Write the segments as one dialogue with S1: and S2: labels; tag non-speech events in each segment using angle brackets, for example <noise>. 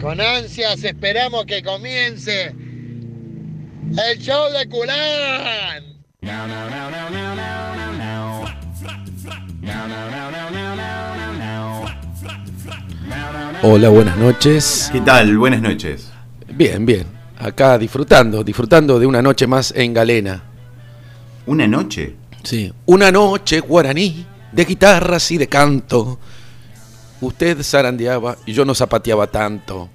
S1: Con ansias esperamos que comience el show de Culán.
S2: Hola, buenas noches.
S3: ¿Qué tal? Buenas noches.
S2: Bien, bien. Acá disfrutando, disfrutando de una noche más en Galena.
S3: ¿Una noche?
S2: Sí. Una noche guaraní de guitarras y de canto. Usted zarandeaba y yo no zapateaba tanto.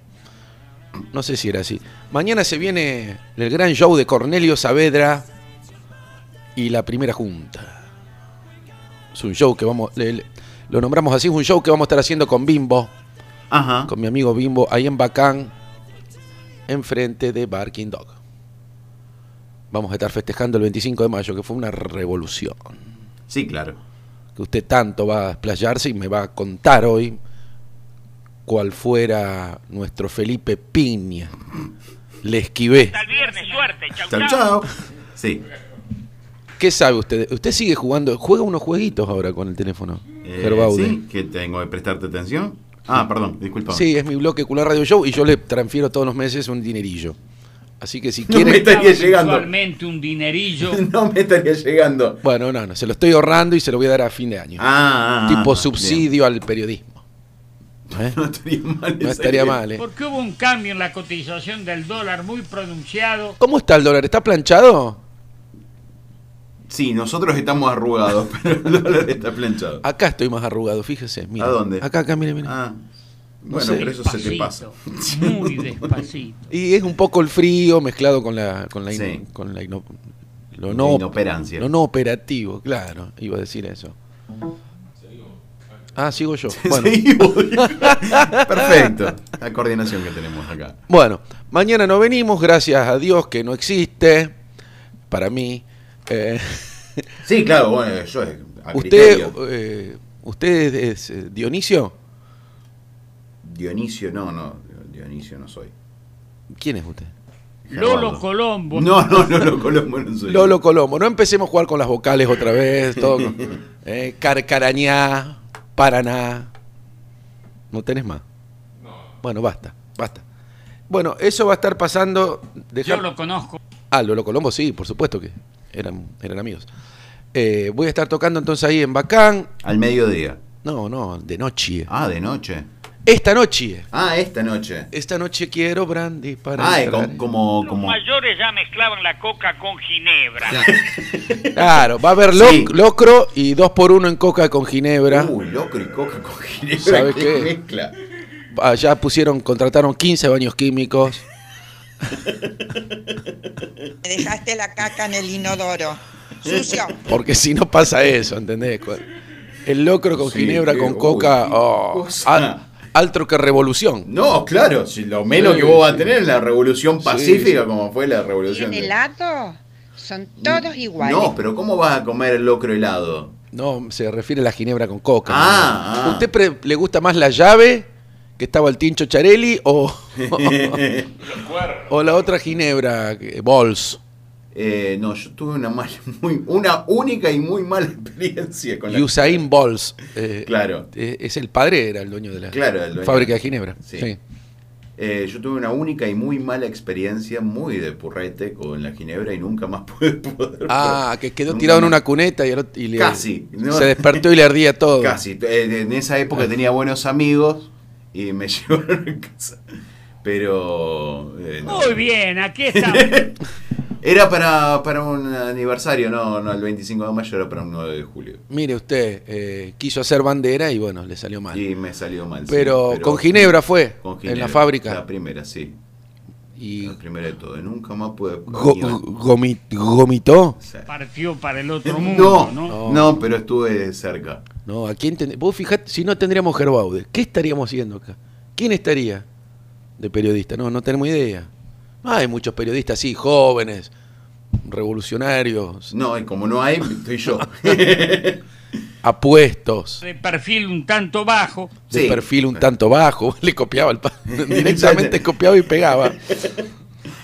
S2: No sé si era así. Mañana se viene el gran show de Cornelio Saavedra y la primera junta. Es un show que vamos. le- le- lo nombramos así, es un show que vamos a estar haciendo con Bimbo,
S3: Ajá.
S2: con mi amigo Bimbo, ahí en Bacán, enfrente de Barking Dog. Vamos a estar festejando el 25 de mayo, que fue una revolución.
S3: Sí, claro.
S2: que usted tanto va a explayarse y me va a contar hoy cuál fuera nuestro Felipe Piña. Le esquivé.
S4: Hasta el viernes, suerte, chau
S3: Chao,
S4: chau.
S3: chao.
S2: <laughs>
S3: Sí.
S2: ¿Qué sabe usted? Usted sigue jugando, juega unos jueguitos ahora con el teléfono.
S3: Eh,
S2: Gerbaudi.
S3: sí, que tengo que prestarte atención. Ah, perdón, disculpa.
S2: Sí, es mi bloque Cular Radio Show y yo le transfiero todos los meses un dinerillo. Así que si
S3: No me
S2: quiere...
S3: estaría llegando.
S4: Mensualmente un
S3: <laughs>
S4: dinerillo.
S3: No me estaría llegando.
S2: Bueno, no, no, se lo estoy ahorrando y se lo voy a dar a fin de año.
S3: Ah, ah,
S2: tipo
S3: ah,
S2: subsidio al periodismo. ¿Eh?
S3: <laughs> bien. No estaría mal.
S2: No
S3: esa
S2: estaría
S3: idea.
S2: mal, ¿eh?
S4: Porque hubo un cambio en la cotización del dólar muy pronunciado.
S2: ¿Cómo está el dólar? ¿Está planchado?
S3: Sí, nosotros estamos arrugados, <laughs> pero el dólar está planchado.
S2: Acá estoy más arrugado, fíjese. Mira.
S3: ¿A dónde?
S2: Acá, acá, mire, mire.
S3: Ah, bueno,
S2: sé.
S3: pero eso se te pasa.
S4: Despacito,
S3: <laughs>
S4: Muy despacito.
S2: Y es un poco el frío mezclado con la con la, in-
S3: Sí.
S2: con la ino- lo
S3: La
S2: <laughs> no,
S3: inoperancia.
S2: lo
S3: <laughs>
S2: no operativo, claro, iba a decir eso. Ah, sigo
S3: <laughs>
S2: yo. Bueno,
S3: Seguimos.
S2: <laughs>
S3: Perfecto. La coordinación que tenemos acá.
S2: bueno, mañana no venimos, gracias a Dios que no existe para mí. Eh,
S3: Sí, claro, bueno, yo es. a
S2: usted
S3: criterio.
S2: eh, usted es eh, Dionisio?
S3: Dionisio, no, no. Dionisio no soy.
S2: ¿Quién es usted?
S4: Lolo
S3: Gerardo.
S4: Colombo.
S3: No, no, Lolo Colombo no soy.
S2: Lolo Colombo, no empecemos a jugar con las vocales otra
S3: <laughs>
S2: vez, todo con- eh, carcarañá, Paraná. ¿No tenés más? Bueno, basta, basta. Bueno, eso va a estar pasando. deja-
S4: Yo lo conozco.
S2: Ah, Lolo Colombo, sí, por supuesto que eran, eran amigos. Eh, voy a estar tocando entonces ahí en Bacán.
S3: Al mediodía.
S2: No, no, de noche.
S3: Ah, de noche.
S2: Esta noche.
S3: Ah, esta noche.
S2: Esta noche quiero brandy para.
S3: Ah, eh,
S2: entrar.
S3: com- como,
S4: Los
S3: como.
S4: mayores ya mezclaban la coca con ginebra.
S2: Claro, va a haber loc-
S3: Sí. Uh.
S2: locro y dos por uno en coca con ginebra.
S3: Uy, locro y coca con ginebra.
S2: ¿Sabe
S3: qué
S2: qué?
S3: mezcla?
S2: Allá Ah, pusieron, contrataron 15 baños químicos.
S5: Me dejaste la caca en el inodoro. Sucio.
S2: Porque si no pasa eso, ¿entendés? Cu- El locro con
S3: Sí,
S2: Ginebra,
S3: qué-
S2: con
S3: uy,
S2: coca,
S3: qué
S2: oh,
S3: cosa.
S2: al- altro que revolución.
S3: No, claro, si lo menos
S2: Sí,
S3: que vos vas
S2: sí.
S3: a tener es la revolución
S2: Sí,
S3: pacífica, como fue la revolución.
S5: ¿Tiene
S3: de-
S5: helado? Son todos iguales.
S3: No, pero ¿cómo vas a comer el locro helado?
S2: No, se refiere a la Ginebra con coca.
S3: Ah,
S2: ¿no?
S3: ah.
S2: ¿Usted pre- le gusta más la llave que estaba el Tincho Charelli
S3: <laughs>
S2: o, o la otra Ginebra, que- Bols?
S3: Eh, no, yo tuve una mala, <laughs> muy, una única y muy mala <laughs> experiencia con la.
S2: Y Usain Bols. eh,
S3: Claro.
S2: eh, Es el padre, era el dueño de la
S3: Claro, el dueño.
S2: fábrica de Ginebra.
S3: Sí.
S2: sí.
S3: Eh, yo tuve una única y muy mala experiencia, muy de purrete con la ginebra y nunca más <laughs> pude poder.
S2: Ah, que quedó
S3: Nunca
S2: tirado en
S3: más.
S2: una cuneta y, al ot- y le,
S3: Casi, no.
S2: se despertó y le ardía todo. Ah.
S3: Casi. Eh, En esa época tenía buenos amigos y me <laughs> llevaron a casa. Pero. eh, no.
S4: Muy bien, aquí
S3: <laughs>
S4: estamos.
S3: Era para, para un aniversario, no, no, el 25 de mayo era para un 9 de julio.
S2: Mire usted, eh, quiso hacer bandera y bueno, le salió mal.
S3: Y me salió mal. sí,
S2: pero, con Ginebra fue,
S3: con
S2: en
S3: Ginebra,
S2: la fábrica.
S3: La primera, sí.
S2: y
S3: La primera de todo. Nunca más pude.
S2: go-
S3: ni- o
S2: gomi- gomitó.
S4: <laughs>
S3: sea,
S4: Partió para el otro mundo,
S3: <laughs> No,
S4: ¿no?
S3: no, no, pero estuve cerca.
S2: No, ¿a quién ten- Vos fijate, si no tendríamos Gerbaude, ¿qué estaríamos haciendo acá? ¿Quién estaría de periodista? No, no tenemos idea. No hay muchos periodistas así, jóvenes, revolucionarios,
S3: No, y como no hay, estoy yo.
S2: apuestos,
S4: De perfil un tanto bajo.
S2: de
S3: Sí.
S2: perfil un tanto bajo. <laughs> Le copiaba el
S3: <laughs>
S2: pa- directamente copiaba y pegaba.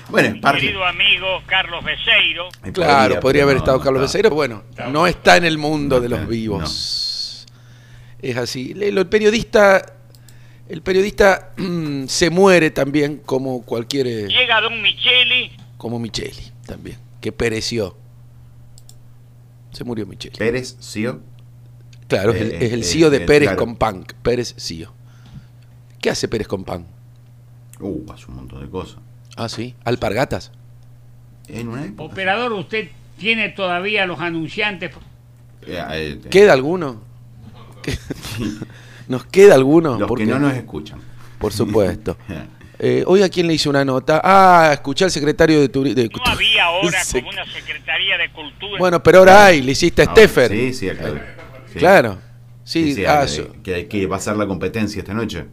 S3: Bueno, es
S4: Mi
S3: parte.
S4: querido amigo Carlos Beseiro.
S3: Eh,
S2: Claro, podría,
S3: pero
S2: haber
S3: no,
S2: estado
S3: no
S2: Carlos
S3: está.
S2: Becerra, pero bueno, no está en el mundo
S3: No
S2: de
S3: está,
S2: los vivos. Es así. El, el periodista El periodista <clears throat> mm, se muere también como cualquier, eh,
S4: Llega Don Micheli.
S2: como Micheli también, que pereció. Se murió Micheli.
S3: Pérez, Sio.
S2: Claro, es el,
S3: Eh,
S2: es el
S3: eh,
S2: CEO de
S3: eh,
S2: Pérez
S3: claro.
S2: con Punk. Pérez CEO. ¿Qué hace Pérez con Punk?
S3: Uh, hace un montón de cosas.
S2: Ah, sí. Alpargatas.
S3: En una época.
S4: Operador, usted tiene todavía los anunciantes.
S3: Eh, eh, eh,
S2: ¿Queda alguno? ¿Qué- <laughs> ¿Nos queda alguno?
S3: Los
S2: Porque-
S3: que no nos escuchan.
S2: Por supuesto. Eh, Hoy a quién le hice una nota. Ah, escuché al secretario de Turismo.
S4: No había ahora
S2: Sí.
S4: como una Secretaría de Cultura.
S2: Bueno, pero ahora hay, le hiciste a
S3: Ah,
S2: Steffer.
S3: Sí, sí, claro. Sí.
S2: Claro. Sí,
S3: Sí, sí,
S2: ah,
S3: hay-
S2: so-
S3: que hay que pasar la competencia esta noche.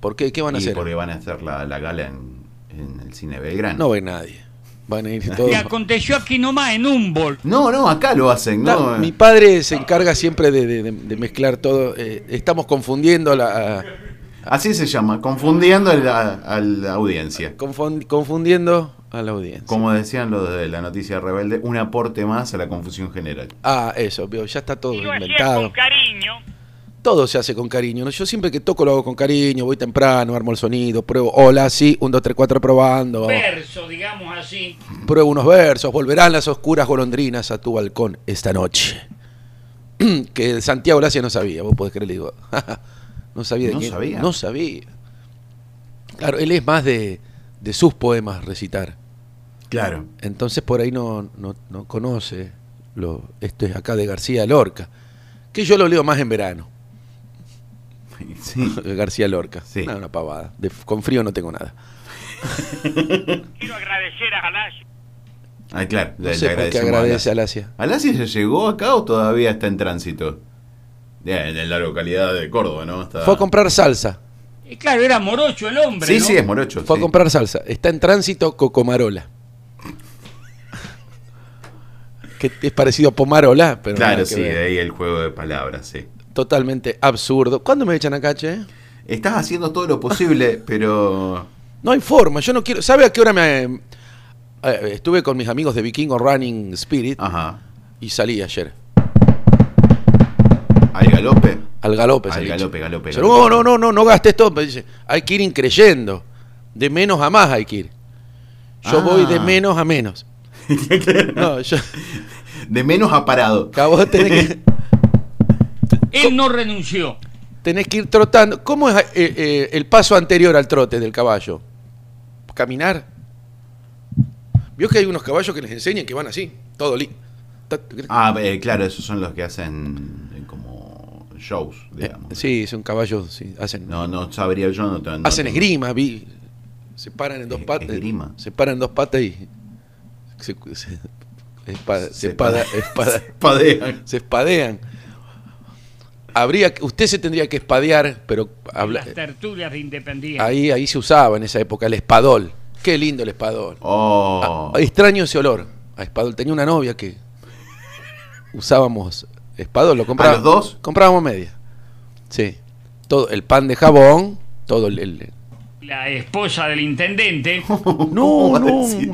S2: ¿por qué? ¿Qué van a
S3: Y
S2: hacer?
S3: porque van a hacer la, la gala en, en el cine Belgrano.
S2: No ve nadie. Van a
S3: <laughs>
S2: ir todos.
S4: que aconteció aquí nomás en Humboldt.
S3: No, no, acá lo hacen,
S2: Ta-
S3: ¿no? eh.
S2: Mi padre se encarga siempre de, de- de- de mezclar todo. eh, estamos confundiendo la. a-
S3: Así se llama, confundiendo a la, a la audiencia.
S2: confun- confundiendo a la audiencia.
S3: Como decían los de la noticia rebelde, un aporte más a la confusión general.
S2: Ah, eso, veo, ya está todo
S4: Y lo hacía
S2: inventado.
S4: con cariño.
S2: Todo se hace con cariño. ¿no? Yo siempre que toco lo hago con cariño, voy temprano, armo el sonido, pruebo. Hola, sí, un, dos, tres, cuatro probando.
S4: Verso, digamos así.
S2: Pruebo unos versos. Volverán las oscuras golondrinas a tu balcón esta noche. <clears throat> que Santiago Lacia no sabía, vos podés creer, le digo. <laughs> no sabía de
S3: No
S2: quién.
S3: sabía.
S2: No sabía. Claro, él es más de, de sus poemas recitar.
S3: Claro. <laughs>
S2: Entonces por ahí no, no, no conoce lo, esto es acá de García Lorca, que yo lo leo más en verano, <laughs>
S3: Sí.
S2: García Lorca.
S3: Sí.
S2: Una, una pavada. De- con frío no tengo nada.
S4: Quiero agradecer a Galacio.
S3: Ah, claro.
S2: No sé por qué agradece a Lacia.
S3: ¿Alasia ya llegó acá o todavía está en tránsito? Ya, En la localidad de Córdoba, ¿no? Está-
S2: Fue a comprar salsa.
S4: Y claro, era morocho el hombre.
S3: Sí,
S4: ¿no?
S3: sí, es morocho.
S2: Fue a
S3: sí.
S2: comprar salsa. Está en tránsito Cocomarola. Que es parecido a Pomarola, pero. nada
S3: Claro,
S2: que
S3: sí, eh. de
S2: ver.
S3: ahí el juego de palabras, sí.
S2: Totalmente absurdo. ¿Cuándo me echan acá, che?
S3: Estás haciendo todo lo posible, <laughs> pero.
S2: No hay forma. Yo no quiero. ¿Sabe a qué hora me.? eh, eh, estuve con mis amigos de Vikingo Running Spirit
S3: Ajá.
S2: y salí ayer.
S3: ¿Al galope?
S2: Al galope.
S3: Al
S2: salí, che.
S3: galope, galope,
S2: Dice,
S3: galope.
S2: No, no, no, no, no gastes todo. Me dice, hay que ir increyendo. De menos a más hay que ir. Yo
S3: Ah.
S2: voy de menos a
S3: <laughs>
S2: menos. No, yo.
S3: De menos a parado.
S2: Acabo tenés que.
S4: Él no renunció.
S2: Tenés que ir trotando. ¿Cómo es eh, eh, el paso anterior al trote del caballo? ¿Caminar? Vio que hay unos caballos que les enseñan que van así, todo li. ta-
S3: Ah, eh, claro, esos son los que hacen eh, como shows, digamos.
S2: Eh, Sí, son caballos, sí, hacen,
S3: No, no sabría yo, no te- no
S2: hacen
S3: tengo-
S2: esgrima, vi. Se paran en dos
S3: Es-
S2: patas.
S3: esgrima.
S2: Se paran en dos patas y. Se, se- espada- se
S3: Se
S2: espada-
S3: espada-
S2: espada-
S3: Padean.
S2: se espadean. Habría, que- usted se tendría que espadear, pero habla-
S4: Las tertulias de Independiente.
S2: Eh. ahí, ahí se usaba en esa época el espadol. Qué lindo el espadol.
S3: Oh.
S2: Ah,
S3: <laughs>
S2: Extraño ese olor a espadol. Tenía una novia que usábamos espadol, lo comprábamos.
S3: los dos?
S2: Comprábamos media. Sí. Todo, el pan de jabón, todo el. el-
S4: La esposa del intendente.
S2: No,
S3: va a
S2: no,
S3: decir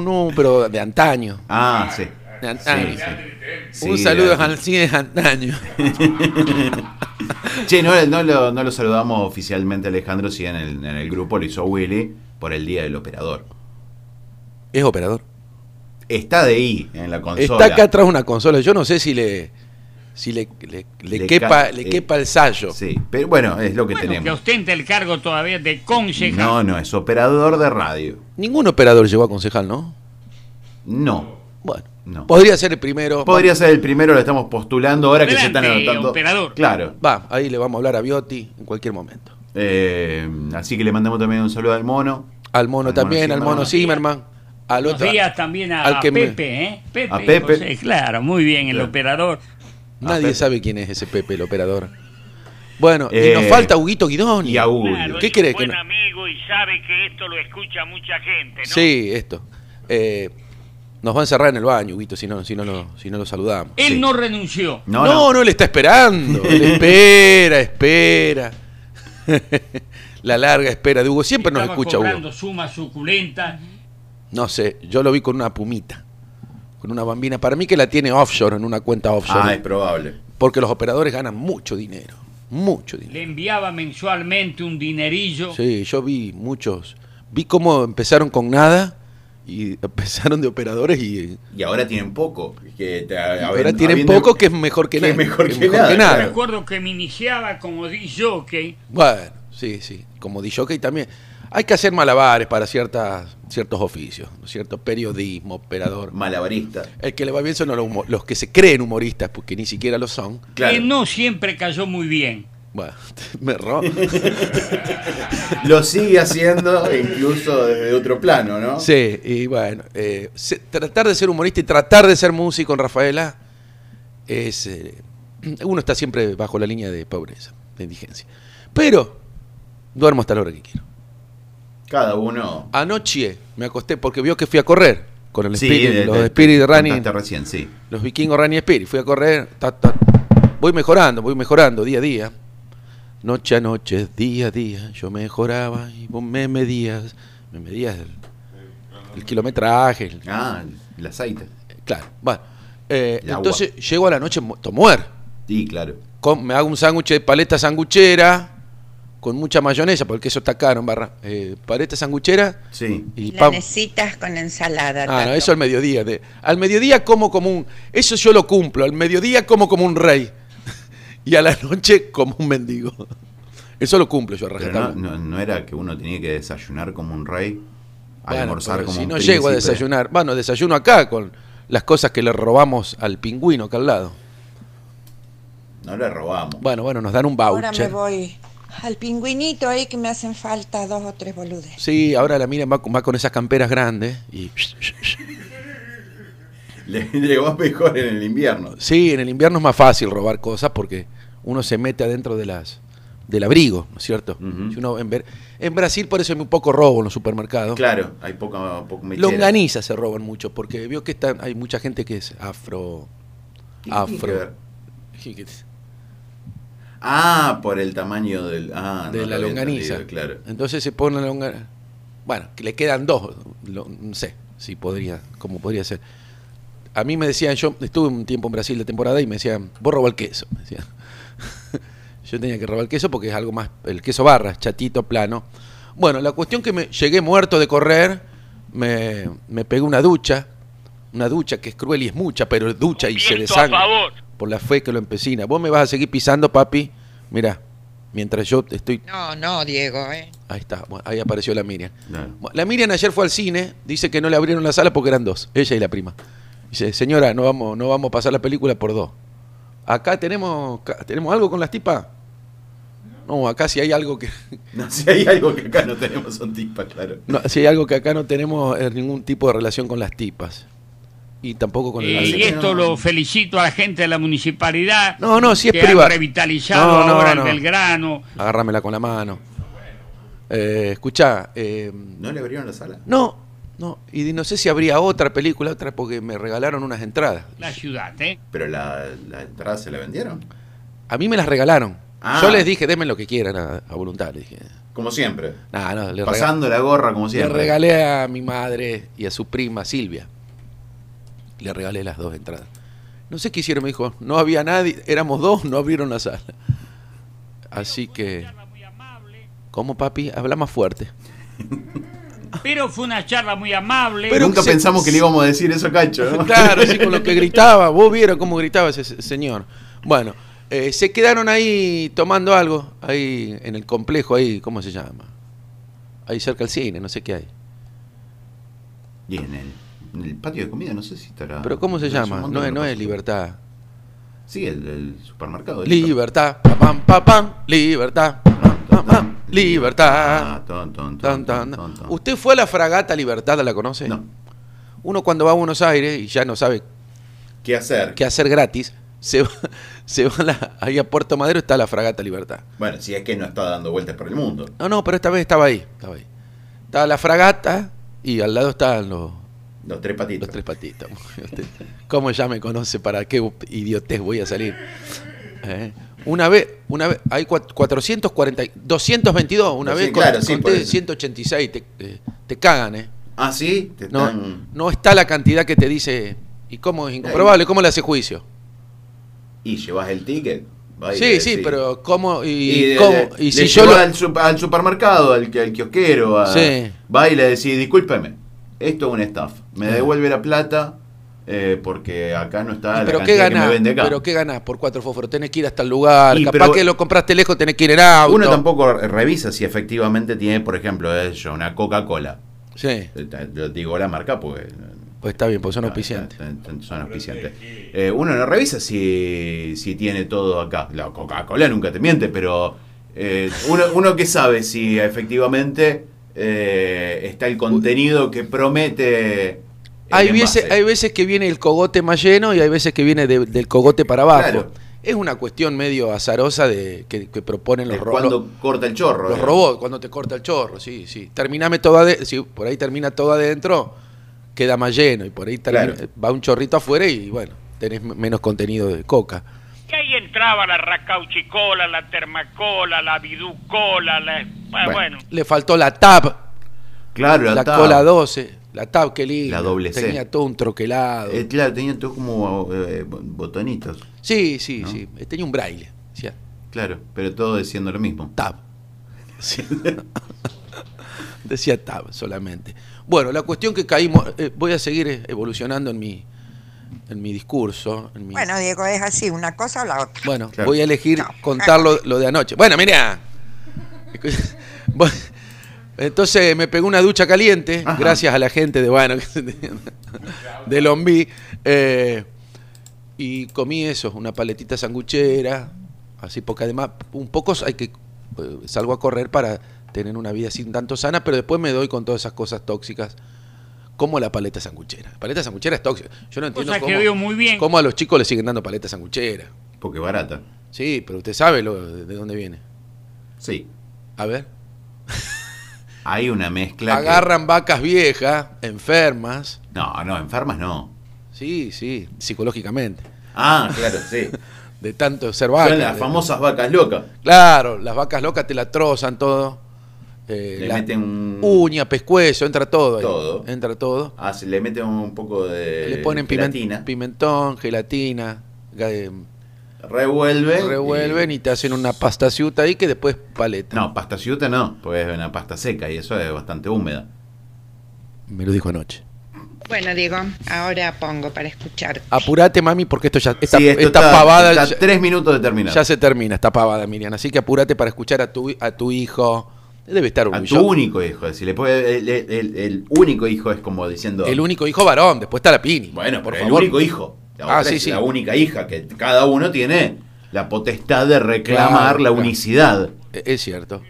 S2: no, no, pero de antaño.
S3: Ah, sí.
S2: De antaño.
S3: Sí, sí.
S2: Un
S3: Sí,
S2: saludo
S3: de-
S2: al cine de antaño.
S3: Che, no, no lo, no lo saludamos oficialmente Alejandro, si en el, en el grupo lo hizo Willy por el día del operador.
S2: Es operador.
S3: Está de ahí en la consola.
S2: Está acá atrás una consola. Yo no sé si le. Si le, le- le
S3: Le
S2: quepa,
S3: ca-
S2: le
S3: eh,
S2: quepa el sayo.
S3: Sí, pero bueno, es lo que
S4: Bueno, que
S3: tenemos.
S4: ostenta el cargo todavía de concejal.
S3: No, no, es operador de radio.
S2: Ningún operador llegó a concejal, ¿no?
S3: No.
S2: Bueno.
S3: No.
S2: Podría ser el primero.
S3: Podría ser el primero, lo estamos postulando ahora que se están
S4: Adelante,
S3: anotando.
S4: operador.
S3: Claro.
S2: Va, ahí le vamos a hablar a Biotti en cualquier momento.
S3: Eh, así que le mandamos también un saludo al mono.
S2: Al mono
S3: Al
S2: también,
S3: mono
S2: al mono Zimmerman, al
S4: Buenos
S2: otro.
S4: días también a,
S2: al
S4: a
S2: que me-
S4: Pepe, ¿eh? Pepe,
S3: A Pepe.
S4: José, claro, muy bien, el
S3: Claro.
S4: operador.
S2: Nadie
S3: Pepe.
S2: sabe quién es ese Pepe, el operador. Bueno, y
S3: Eh,
S2: nos falta Huguito Guidoni.
S3: Y a Hugo.
S4: Claro,
S2: ¿Qué
S4: es
S2: crees
S4: un
S2: que
S4: buen
S2: no-
S4: amigo y sabe que esto lo escucha mucha gente, ¿no?
S2: Sí, esto. Eh, nos va a encerrar en el baño, Huguito, si no, si no, lo, si no lo saludamos.
S4: Él
S3: Sí.
S4: no renunció.
S2: No,
S3: No,
S2: no,
S3: no.
S2: él está esperando. Él espera, espera. <laughs> La larga espera de Hugo. Siempre nos
S4: Estaba
S2: escucha
S4: cobrando
S2: Hugo.
S4: sumas suculentas.
S2: No sé, yo lo vi con una pumita. Con una bambina. Para mí que la tiene offshore, en una cuenta offshore.
S3: Ah, es probable.
S2: Porque los operadores ganan mucho dinero. Mucho dinero.
S4: Le enviaba mensualmente un dinerillo.
S2: Sí, yo vi muchos. Vi cómo empezaron con nada y <laughs> empezaron de operadores y
S3: Y ahora tienen poco. Que te-
S2: ahora
S3: habiendo-
S2: tienen
S3: Eh, habiendo-
S2: poco que es mejor que,
S3: que
S2: nada.
S3: mejor que nada, claro.
S4: Recuerdo que me iniciaba como disjockey.
S2: Bueno, sí, sí. Como DJ también. Hay que hacer malabares para ciertas, ciertos oficios, ¿no es cierto? Periodismo, operador.
S3: Malabarista.
S2: El que le va bien son los, humo- los que se creen humoristas, porque ni siquiera lo son.
S3: Claro.
S4: que no siempre cayó muy bien.
S2: Bueno, <laughs> me
S3: <laughs>
S2: erró.
S3: Lo sigue haciendo incluso desde otro plano, ¿no?
S2: Sí, y bueno, eh, se- tratar de ser humorista y tratar de ser músico en Rafaela es... eh, <clears throat> uno está siempre bajo la línea de pobreza, de indigencia. Pero duermo hasta la hora que quiero.
S3: Cada uno.
S2: Anoche me acosté porque vio que fui a correr con el
S3: Sí,
S2: Spirit,
S3: de-
S2: los
S3: de-
S2: Spirit Running,
S3: contaste recién, sí.
S2: los vikingos Running Spirit. Fui a correr, ta, ta. voy mejorando, voy mejorando día a día. Noche a noche, día a día, yo mejoraba y vos me medías, me medías el, el kilometraje, el-
S3: Ah, el aceite.
S2: Claro, bueno. Eh,
S3: El agua.
S2: entonces llego a la noche muerto, muer.
S3: Sí, claro.
S2: Com- me hago un sándwich de paleta sanguchera con mucha mayonesa, porque eso está caro en barra. Eh, paleta sanguchera
S3: Sí.
S2: y
S5: La
S2: pan.
S5: necesitas con ensalada.
S2: Ah, no,
S5: Tato.
S2: eso al mediodía. de- al mediodía como como un... Eso yo lo cumplo. Al mediodía como como un rey. <laughs> y a la noche como un mendigo. Eso lo cumplo yo, a
S3: Pero
S2: rajatabla.
S3: no, no- no era que uno tenía que desayunar como un rey,
S2: Bueno,
S3: almorzar
S2: pero
S3: como
S2: si
S3: un
S2: no llego a
S3: príncipe.
S2: desayunar. Bueno, desayuno acá con las cosas que le robamos al pingüino acá al lado.
S3: No le robamos.
S2: Bueno, bueno, nos dan un voucher.
S5: Ahora me voy al pingüinito ahí que me hacen falta dos o tres boludes.
S2: Sí, ahora la miren va, con- va con esas camperas grandes y
S3: Le, <laughs> le va mejor en el invierno.
S2: sí, en el invierno es más fácil robar cosas porque uno se mete adentro de las del abrigo, ¿no es cierto?
S3: Ujú.
S2: Si uno en, Ver- en Brasil por eso hay muy poco robo en los supermercados.
S3: Claro, hay poca, poco mechera.
S2: Longaniza se roban mucho porque vio que están- hay mucha gente que es
S3: <laughs>
S2: afro
S3: ¿Qué tiene que ver?
S2: afro
S3: Ah, por el tamaño del, ah,
S2: de
S3: no
S2: la
S3: lo había
S2: longaniza.
S3: entendido, claro.
S2: Entonces se pone la longaniza. Bueno, que le quedan dos. lo- no sé si podría, cómo podría ser. A mí me decían, yo estuve un tiempo en Brasil de temporada y me decían, vos roba el queso. me decían. <laughs> yo tenía que robar el queso porque es algo más, el queso barra, chatito, plano. Bueno, la cuestión que me llegué muerto de correr, me, me pegué una ducha, una ducha que es cruel y es mucha, pero es ducha y se desangra por la fe que lo empecina. Vos me vas a seguir pisando, papi. Mira, mientras yo estoy
S5: No, no, Diego, ¿eh?
S2: Ahí está, bueno, ahí apareció la Miriam.
S3: Claro.
S2: Bueno, La Miriam ayer fue al cine, dice que no le abrieron la sala porque eran dos, ella y la prima. Dice, señora, no vamos, no vamos a pasar la película por dos. Acá tenemos, ca- tenemos algo con las tipas. No, acá si hay algo que <laughs>
S3: No, <laughs> si hay algo que acá no tenemos son tipas, claro.
S2: no, si hay algo que acá no tenemos eh, ningún tipo de relación con las tipas y tampoco con el
S4: Eh, y
S2: alcohol.
S4: esto lo felicito a la gente de la municipalidad.
S2: No, no, sí es
S4: que
S2: privado.
S4: han revitalizado
S2: No, no,
S4: ahora
S2: no.
S4: en Belgrano.
S2: Agárramela con la mano. Eh, escuchá, eh,
S3: ¿No le abrieron la sala?
S2: No, no. Y no sé si habría otra película, otra, porque me regalaron unas entradas.
S4: La ciudad, ¿eh?
S3: ¿Pero la, la entrada se la vendieron?
S2: A mí me las regalaron.
S3: Ah.
S2: Yo les dije, denme lo que quieran a, a voluntad. Le dije,
S3: Como siempre.
S2: nah, no, le, rega-
S3: Pasando la gorra como
S2: le
S3: siempre.
S2: regalé a mi madre y a su prima Silvia. Le regalé las dos entradas. No sé qué hicieron, me dijo. No había nadie, éramos dos, no abrieron la sala. Así que. ¿Cómo, papi? Habla más fuerte.
S4: Pero fue una charla muy amable.
S2: Pero
S3: Nunca
S2: se-
S3: pensamos que le íbamos a decir eso, Cacho.
S2: <laughs>
S3: ¿no?
S2: Claro, así con lo que gritaba. Vos vieron cómo gritaba ese se- señor. Bueno, eh, se quedaron ahí tomando algo, ahí en el complejo, ahí, ¿cómo se llama? Ahí cerca del cine, no sé qué hay.
S3: Y en el, en el patio de comida no sé si estará.
S2: Pero ¿cómo se
S3: Pero Ah, un
S2: llama?
S3: montón
S2: No,
S3: de
S2: es- no
S3: cosas.
S2: es libertad.
S3: Sí, el, el supermercado. el-
S2: Libertad, papam, papam, libertad, pam, pam, pam, Ah, libertad.
S3: Ah, ton, ton,
S2: Tan,
S3: ton,
S2: tan.
S3: ton, ton.
S2: ¿Usted fue a la fragata Libertad? ¿La conoce?
S3: No.
S2: Uno cuando va a Buenos Aires y ya no sabe
S3: ¿Qué hacer?
S2: qué hacer gratis, se va, <laughs> se va a la- ahí a Puerto Madero está la fragata Libertad.
S3: Bueno, si es que no está dando vueltas por el mundo.
S2: No, no, pero esta vez estaba ahí. Estaba ahí. Estaba la fragata y al lado estaban los,
S3: Los tres patitos.
S2: los tres patitos. <laughs> Usted, ¿Cómo ya me conoce? ¿Para qué idiotez voy a salir? Eh, Una vez, una vez, hay cua- 440, y- 222, una
S3: Sí,
S2: vez
S3: claro,
S2: con,
S3: sí,
S2: conté
S3: por eso.
S2: 186, te, eh, te cagan, ¿eh?
S3: Ah, sí. Te
S2: No,
S3: están-
S2: no está la cantidad que te dice, ¿y cómo es incomprobable? ¿Cómo le hace juicio?
S3: Y llevas el ticket. Ahí,
S2: sí,
S3: eh,
S2: sí, pero ¿cómo? Y,
S3: Y, de-
S2: cómo?
S3: de-
S2: y
S3: le
S2: si yo
S3: llevó
S2: lo...
S3: al, sup- al supermercado, al, que- al kiosquero, a-
S2: Sí.
S3: va y le decís, discúlpeme, esto es una estafa. Me devuelve la plata eh, porque acá no está Ah, la
S2: Pero
S3: cantidad
S2: qué
S3: que me
S2: ganás,
S3: vende acá.
S2: pero qué ganás por cuatro fósforos, tenés que ir hasta el lugar,
S3: Y,
S2: capaz
S3: pero-
S2: que lo compraste lejos, tenés que ir en auto.
S3: Uno tampoco re- revisa si efectivamente tiene, por ejemplo, eh, yo, una Coca-Cola.
S2: Sí,
S3: Eh, te- te Digo la marca porque...
S2: pues está bien, pues son
S3: no,
S2: auspiciantes.
S3: eh, eh, Son auspiciantes. Eh, uno no revisa si, si tiene todo acá. La Coca-Cola nunca te miente, pero eh, uno, uno que sabe si efectivamente eh, está el contenido que promete. eh, el
S2: Hay
S3: envase.
S2: veces, hay veces que viene el cogote más lleno y hay veces que viene de- del cogote para abajo.
S3: Claro.
S2: Es una cuestión medio azarosa de, que, que proponen los,
S3: Es
S2: ro-
S3: cuando corta el chorro. eh.
S2: Los
S3: digamos.
S2: robots, cuando te corta el chorro, sí, sí. Terminame todo adentro, si por ahí termina todo adentro, queda más lleno y por ahí termina-
S3: Claro.
S2: va un chorrito afuera y bueno, tenés m- menos contenido de coca.
S4: Y ahí entraba la racauchicola, la termacola, la viducola, la... eh, Bueno,
S3: Bueno.
S2: Le faltó la tab,
S3: Claro,
S2: la,
S3: la, tapa.
S2: cola 12, la tab que linda.
S3: La doble C.
S2: Tenía todo un troquelado.
S3: Eh, claro, tenía todo como eh, botonitos.
S2: sí, sí,
S3: ¿no?
S2: sí. Tenía un braille, decía
S3: Claro, pero todo diciendo lo mismo. <laughs>
S2: tab. Sí. <laughs> decía tab solamente. Bueno, la cuestión que caímos, eh, voy a seguir eh, evolucionando en mi, en mi discurso. En mi,
S5: Bueno, Diego, es así, una cosa o la otra.
S2: Bueno,
S3: Claro.
S2: voy a elegir
S5: No.
S2: contar lo, lo de anoche. Bueno, mira. <laughs> Entonces me pegó una ducha caliente,
S3: Ajá.
S2: gracias a la gente de bueno, <laughs> de Lombí. eh, y comí eso, una paletita sanguchera, así, porque además un poco hay que eh, salgo a correr para tener una vida sin tanto sana, pero después me doy con todas esas cosas tóxicas, como la paleta sanguchera. La paleta sanguchera es tóxica. Yo no entiendo
S4: Cosa que
S2: cómo-
S4: veo muy bien.
S2: cómo a los chicos les siguen dando paleta sanguchera.
S3: Porque barata.
S2: Sí, pero usted sabe lo, de de dónde viene.
S3: Sí.
S2: A ver.
S3: Hay una mezcla. que-
S2: Agarran vacas viejas, enfermas.
S3: No, no, enfermas no.
S2: Sí, sí, psicológicamente.
S3: Ah, claro, sí.
S2: De tanto ser
S3: Son
S2: vacas.
S3: las
S2: De-
S3: famosas vacas locas.
S2: Claro, las vacas locas te la trozan todo. Eh,
S3: Le
S2: la
S3: meten un-
S2: uña, pescuezo, entra todo. ahí.
S3: Todo.
S2: Entra todo.
S3: Ah, se le meten un poco de
S2: Le ponen pimen-
S3: gelatina,
S2: pimentón, gelatina. ga- eh,
S3: revuelven.
S2: revuelven y te hacen una pastaciuta ahí que después paleta.
S3: No, pasta ciuta no, porque es una pasta seca y eso es bastante húmeda.
S2: Me lo dijo anoche.
S6: Bueno, Diego, ahora pongo para escuchar.
S2: Apurate, mami, porque esto ya. Esta,
S3: Sí, esto
S2: esta
S3: está-
S2: pavada.
S3: está
S2: ya-
S3: tres minutos de terminar.
S2: Ya se termina esta pavada, Miriam. Así que apúrate para escuchar a tu, a tu hijo. Debe estar
S3: A
S2: orgulloso.
S3: tu único hijo, si le puede, el, el- el- el único hijo es como diciendo.
S2: El único hijo varón. Después está la Pini.
S3: Bueno,
S2: por
S3: por
S2: favor.
S3: el único hijo. La
S2: Ah,
S3: otra
S2: sí,
S3: es
S2: sí.
S3: La única hija, que cada uno tiene la potestad de reclamar
S2: Claro,
S3: la
S2: claro.
S3: unicidad.
S2: Eh, Es cierto.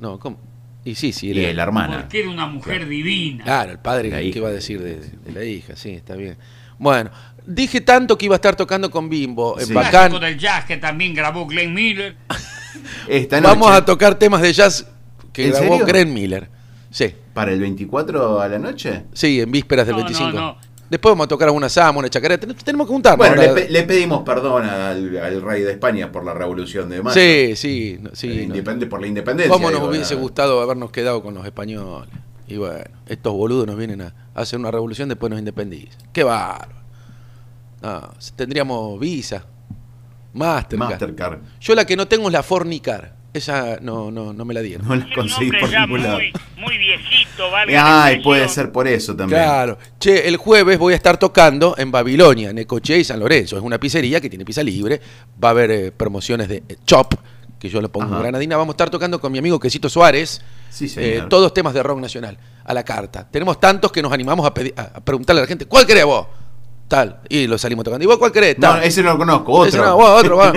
S2: No, ¿cómo? Y sí, sí.
S3: Y,
S2: él era-
S3: la hermana.
S4: Porque era una mujer divina.
S2: Claro, el padre
S3: La
S2: que
S3: hija.
S2: iba a decir de, de la hija. Sí, está bien. Bueno, dije tanto que iba a estar tocando con Bimbo. en
S3: Sí.
S2: Bacán.
S4: Clásico del jazz que también grabó Glenn Miller.
S3: Esta
S2: Vamos
S3: noche,
S2: a tocar temas de jazz que
S3: ¿En
S2: grabó
S3: serio?
S2: Glenn Miller. Sí.
S3: para el 24 a la noche.
S2: Sí, en vísperas del
S4: No, no,
S2: 25.
S4: no.
S2: Después vamos a tocar alguna sama, una chacarera. Ten- Tenemos que juntarnos.
S3: Bueno, le,
S2: ahora.
S3: pe- le pedimos perdón al, al rey de España por la revolución de mayo.
S2: Sí, sí, no, sí,
S3: Eh,
S2: no.
S3: independe- por la independencia.
S2: ¿Cómo nos
S3: digo,
S2: hubiese
S3: la-
S2: gustado habernos quedado con los españoles? Y bueno, estos boludos nos vienen a hacer una revolución, después nos independizan. ¡Qué bárbaro! No, si tendríamos visa, Mastercard.
S3: Mastercard.
S2: Yo la que no tengo es la Fornicar. Esa no, no, no me la dieron.
S3: No la conseguí por ningún lado.
S4: muy viejito,
S3: Ay, puede ser por eso también.
S2: Claro. Che, el jueves voy a estar tocando en Babilonia, Necochea y San Lorenzo. Es una pizzería que tiene pizza libre. Va a haber eh, promociones de eh, Chop, que yo le pongo
S3: Ajá.
S2: granadina. Vamos a estar tocando con mi amigo Quesito Suárez.
S3: Sí, señor.
S2: Eh, todos temas de rock nacional, a la carta. Tenemos tantos que nos animamos a, pedi- a- a preguntarle a la gente, ¿cuál querés vos? Tal. Y lo salimos tocando. ¿Y vos cuál querés?
S3: No,
S2: Tal.
S3: ese no lo conozco, otro.
S2: Ese no, vos, otro, vos.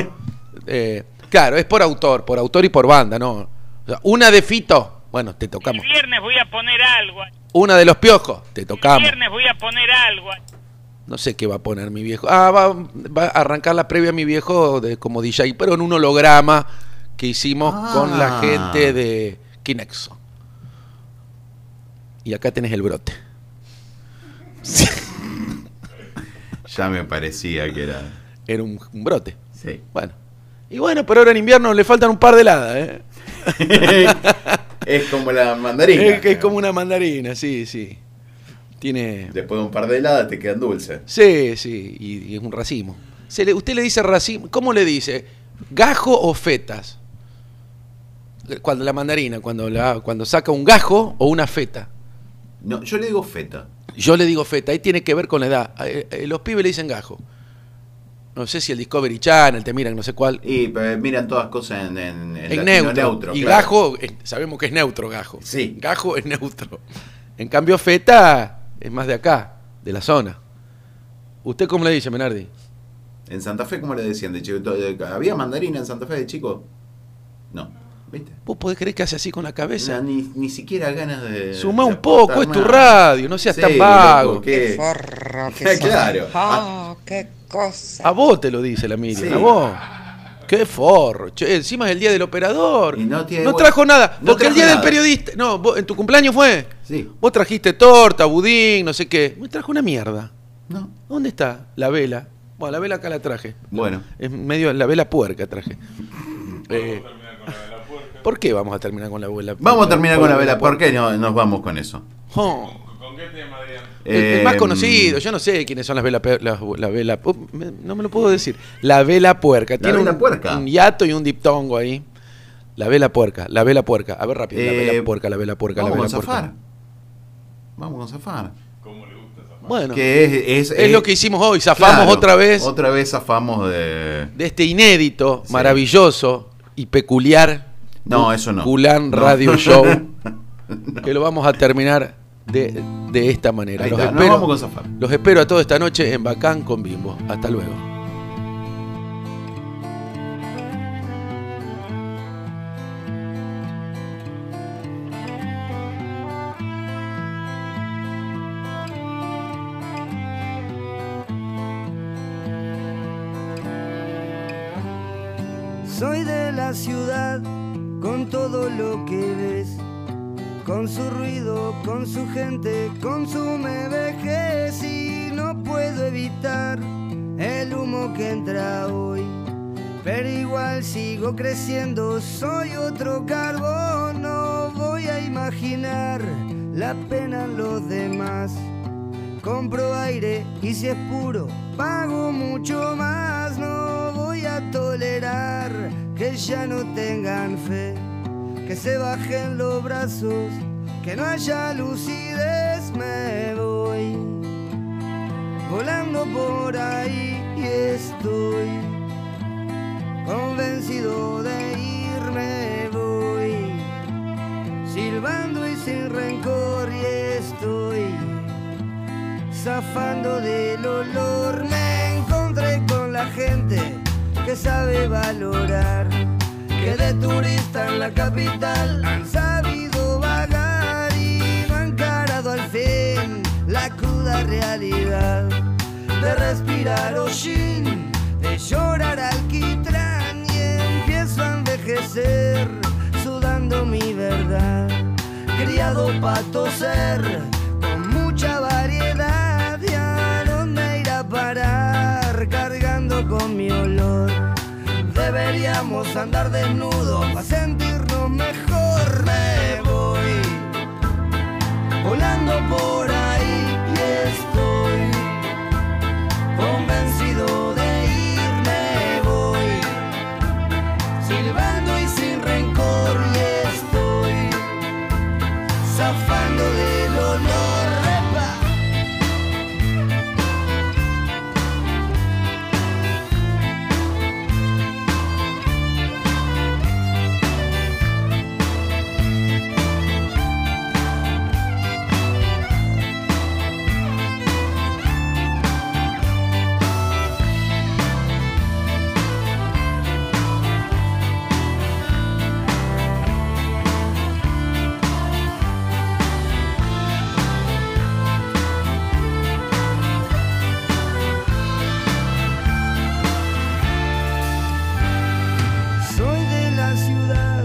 S2: Eh, claro, es por autor, por autor y por banda, ¿no? O sea, una de Fito, bueno, te tocamos.
S4: viernes voy a poner algo.
S2: Una de los piojos, te tocamos.
S4: voy a poner algo.
S2: No sé qué va a poner mi viejo. Ah, va, va a arrancar la previa mi viejo de, como DJ, pero en un holograma que hicimos
S3: Ah.
S2: con la gente de Kinexo. Y acá tenés el brote.
S3: <laughs> ya me parecía que era.
S2: Era un, un brote.
S3: Sí.
S2: Bueno. Y bueno, pero ahora en invierno le faltan un par de heladas, ¿eh?
S3: es como la mandarina.
S2: Es, que es como una mandarina, sí, sí. Tiene...
S3: Después de un par de heladas te quedan dulces.
S2: Sí, sí, y, y es un racimo. Se le- usted le dice racimo, ¿cómo le dice? ¿Gajo o fetas? Eh, Cuando la mandarina, cuando, la, cuando saca un gajo o una feta.
S3: No, yo le digo feta.
S2: Yo le digo feta, ahí tiene que ver con la edad. Eh, eh, Los pibes le dicen gajo. No sé si el Discovery Channel te miran, no sé cuál.
S3: Y eh, miran todas cosas en, en, en
S2: Es
S3: latino
S2: neutro. Y
S3: claro.
S2: gajo, eh, sabemos que es neutro gajo.
S3: Sí.
S2: Gajo es neutro. En cambio, feta es más de acá, de la zona. ¿Usted cómo le dice, Menardi?
S3: ¿En Santa Fe cómo le decían de chico? eh, ¿Había mandarina en Santa Fe de chico? No, ¿viste?
S2: ¿Vos podés creer que hace así con la cabeza?
S3: No, ni, ni siquiera ganas de.
S2: Sumá
S3: Eh, de
S2: un poco,
S3: aportar
S2: es tu
S3: más.
S2: radio, no seas
S3: Sí,
S2: tan vago.
S3: loco,
S6: Qué
S3: ¿qué?
S6: forro que sos.
S3: <laughs> Claro.
S6: Ah,
S5: Oh,
S6: qué cosa.
S2: A Ah, vos te lo dice la Miriam,
S3: Sí.
S2: a vos. Qué forro, che, encima es el día del operador.
S3: Y no tiene hue-
S2: trajo nada,
S3: no
S2: porque el
S3: trajo
S2: día del
S3: nada.
S2: periodista, no, vos- en tu cumpleaños fue.
S3: Sí.
S2: Vos trajiste torta, budín, no sé qué. Me trajo una mierda.
S3: No.
S2: ¿Dónde está la vela? Bueno, la vela acá la traje.
S3: Bueno,
S2: Es medio la vela puerca traje. Eh, ¿Por qué vamos a terminar con la vela puerca?
S3: vamos a terminar con la vela. ¿Por qué no, nos vamos con eso?
S2: Oh. El,
S3: Eh,
S2: el más conocido, yo no sé quiénes son las velas. La, vela, uh, me- no me lo puedo decir. La vela puerca.
S3: La
S2: Tiene
S3: vela
S2: un,
S3: puerca.
S2: un hiato y un diptongo ahí. La vela puerca, la vela puerca. A ver rápido, la
S3: Eh,
S2: vela puerca, la vela puerca, la
S3: Vamos
S2: vela
S3: con
S2: puerca.
S3: Zafar. Vamos con Zafar.
S2: Bueno,
S3: Que es,
S2: es lo que hicimos hoy. Zafamos
S3: claro,
S2: otra vez
S3: Otra vez zafamos de.
S2: de este inédito,
S3: Sí.
S2: maravilloso y peculiar
S3: No, eso no.
S2: Culán
S3: No.
S2: Radio
S3: <laughs>
S2: Show. Que lo vamos a terminar de, de esta manera.
S3: Ahí
S2: Los
S3: está, nos
S2: espero-
S3: vamos con Zafar.
S2: Los espero a todos esta noche en Bacán con Bimbo. Hasta luego.
S7: Soy de la ciudad con todo lo que ves, con su ruido, con su gente, con su me vejez y no puedo evitar el humo que entra hoy. Pero igual sigo creciendo, soy otro carbón, no voy a imaginar la pena en los demás. Compro aire y si es puro, pago mucho más. No voy a tolerar que ya no tengan fe, que se bajen los brazos, que no haya lucidez. Me voy volando por ahí y estoy convencido de irme. Voy silbando y sin rencor y estoy zafando del olor me encontré con la gente que sabe valorar que de turista en la capital han sabido vagar y no han encarado al fin la cruda realidad de respirar hollín de llorar alquitrán y empiezo a envejecer sudando mi verdad criado para toser con mucha variedad y a dónde ir a parar cargando con mi olor deberíamos andar desnudos para sentirnos mejor me voy volando por ahí y estoy convencido de irme voy silbando y sin rencor y estoy zafando del olor. ¡Epa! Soy de la ciudad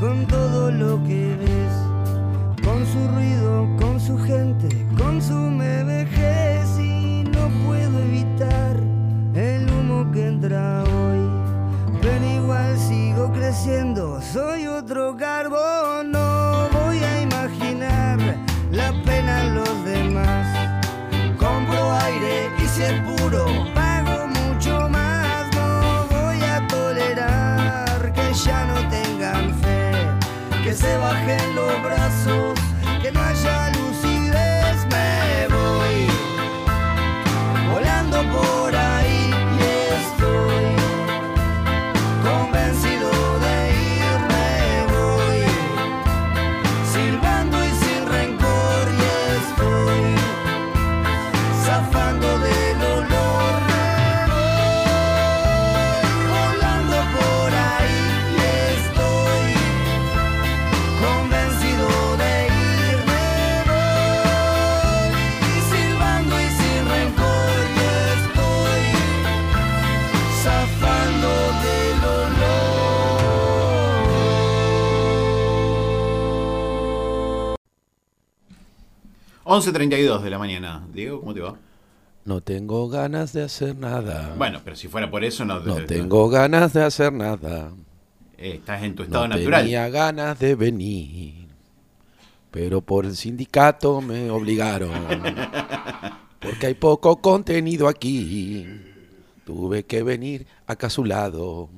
S7: con todo lo que ves, con su ruido, con su gente, con su me vejez y no puedo evitar el humo que entra hoy. Pero igual sigo creciendo, soy otro carbón, no voy a imaginar la pena en los demás. Compro aire y si es puro, pago mucho más.
S3: 11.32 de la mañana. Diego, ¿cómo te va?
S2: No tengo ganas de hacer nada.
S3: Bueno, pero si fuera por eso, no,
S2: No tengo ganas de hacer nada.
S3: eh, estás en tu estado
S2: No
S3: natural.
S2: tenía ganas de venir. Pero por el sindicato me
S3: <laughs>
S2: obligaron. Porque hay poco contenido aquí. Tuve que venir acá a su lado.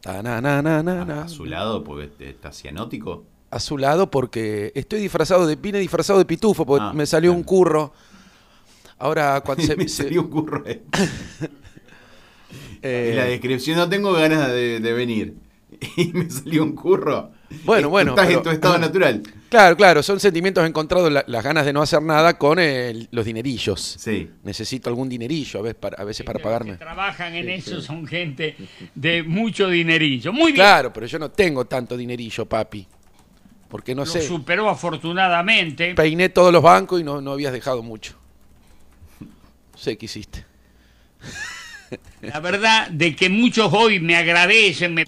S2: Tanananana.
S3: A, a su lado, porque te- estás cianótico.
S2: a su lado porque estoy disfrazado de vine disfrazado de pitufo porque
S3: Ah,
S2: me salió un
S3: claro.
S2: curro. Ahora
S3: <laughs>
S2: cuando se,
S3: Me
S2: se-
S3: salió un curro. eh.
S2: <laughs> eh,
S3: En la descripción no tengo ganas de, de venir. <laughs> Y me salió un curro.
S2: Bueno,
S3: Eh,
S2: bueno,
S3: Estás
S2: pero-
S3: en tu estado natural.
S2: claro, claro, son sentimientos encontrados la- las ganas de no hacer nada con el- los dinerillos.
S3: Sí.
S2: Necesito algún dinerillo a veces para, a veces para
S8: Los
S2: pagarme.
S8: Que trabajan en eso son gente de mucho dinerillo. Muy bien.
S2: Claro, pero yo no tengo tanto dinerillo, papi. Porque no
S8: Lo
S2: sé,
S8: superó afortunadamente.
S2: peiné todos los bancos y no, no habías dejado mucho. No sé qué hiciste.
S8: La verdad de que muchos hoy me agradecen, me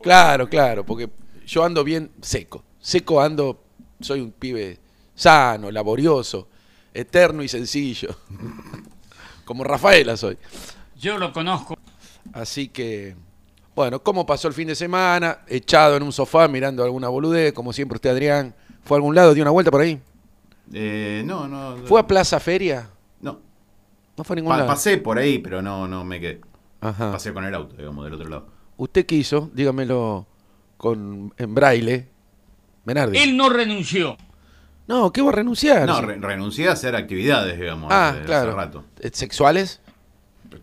S2: Claro, claro, porque yo ando bien seco. Seco ando, soy un pibe sano, laborioso, eterno y sencillo. <laughs> Como Rafaela soy.
S8: Yo lo conozco.
S2: Así que, bueno, ¿cómo pasó el fin de semana? Echado en un sofá mirando alguna boludez, como siempre usted, Adrián. ¿Fue a algún lado? ¿Dio una vuelta por ahí?
S3: Eh, no, no. no.
S2: ¿Fue a Plaza Feria?
S3: No.
S2: No fue a ningún
S3: Pa-
S2: lado. Ah.
S3: pasé por ahí, pero no, no me quedé.
S2: Ajá.
S3: Pasé con el auto, digamos, del otro lado.
S2: Usted quiso, dígamelo con, en braille, Menardi.
S8: Él no renunció.
S2: No, ¿qué va a renunciar?
S3: No, re- renuncié a hacer actividades, digamos,
S2: Ah,
S3: hace,
S2: claro.
S3: hace rato.
S2: Eh, ¿Sexuales?
S3: Pero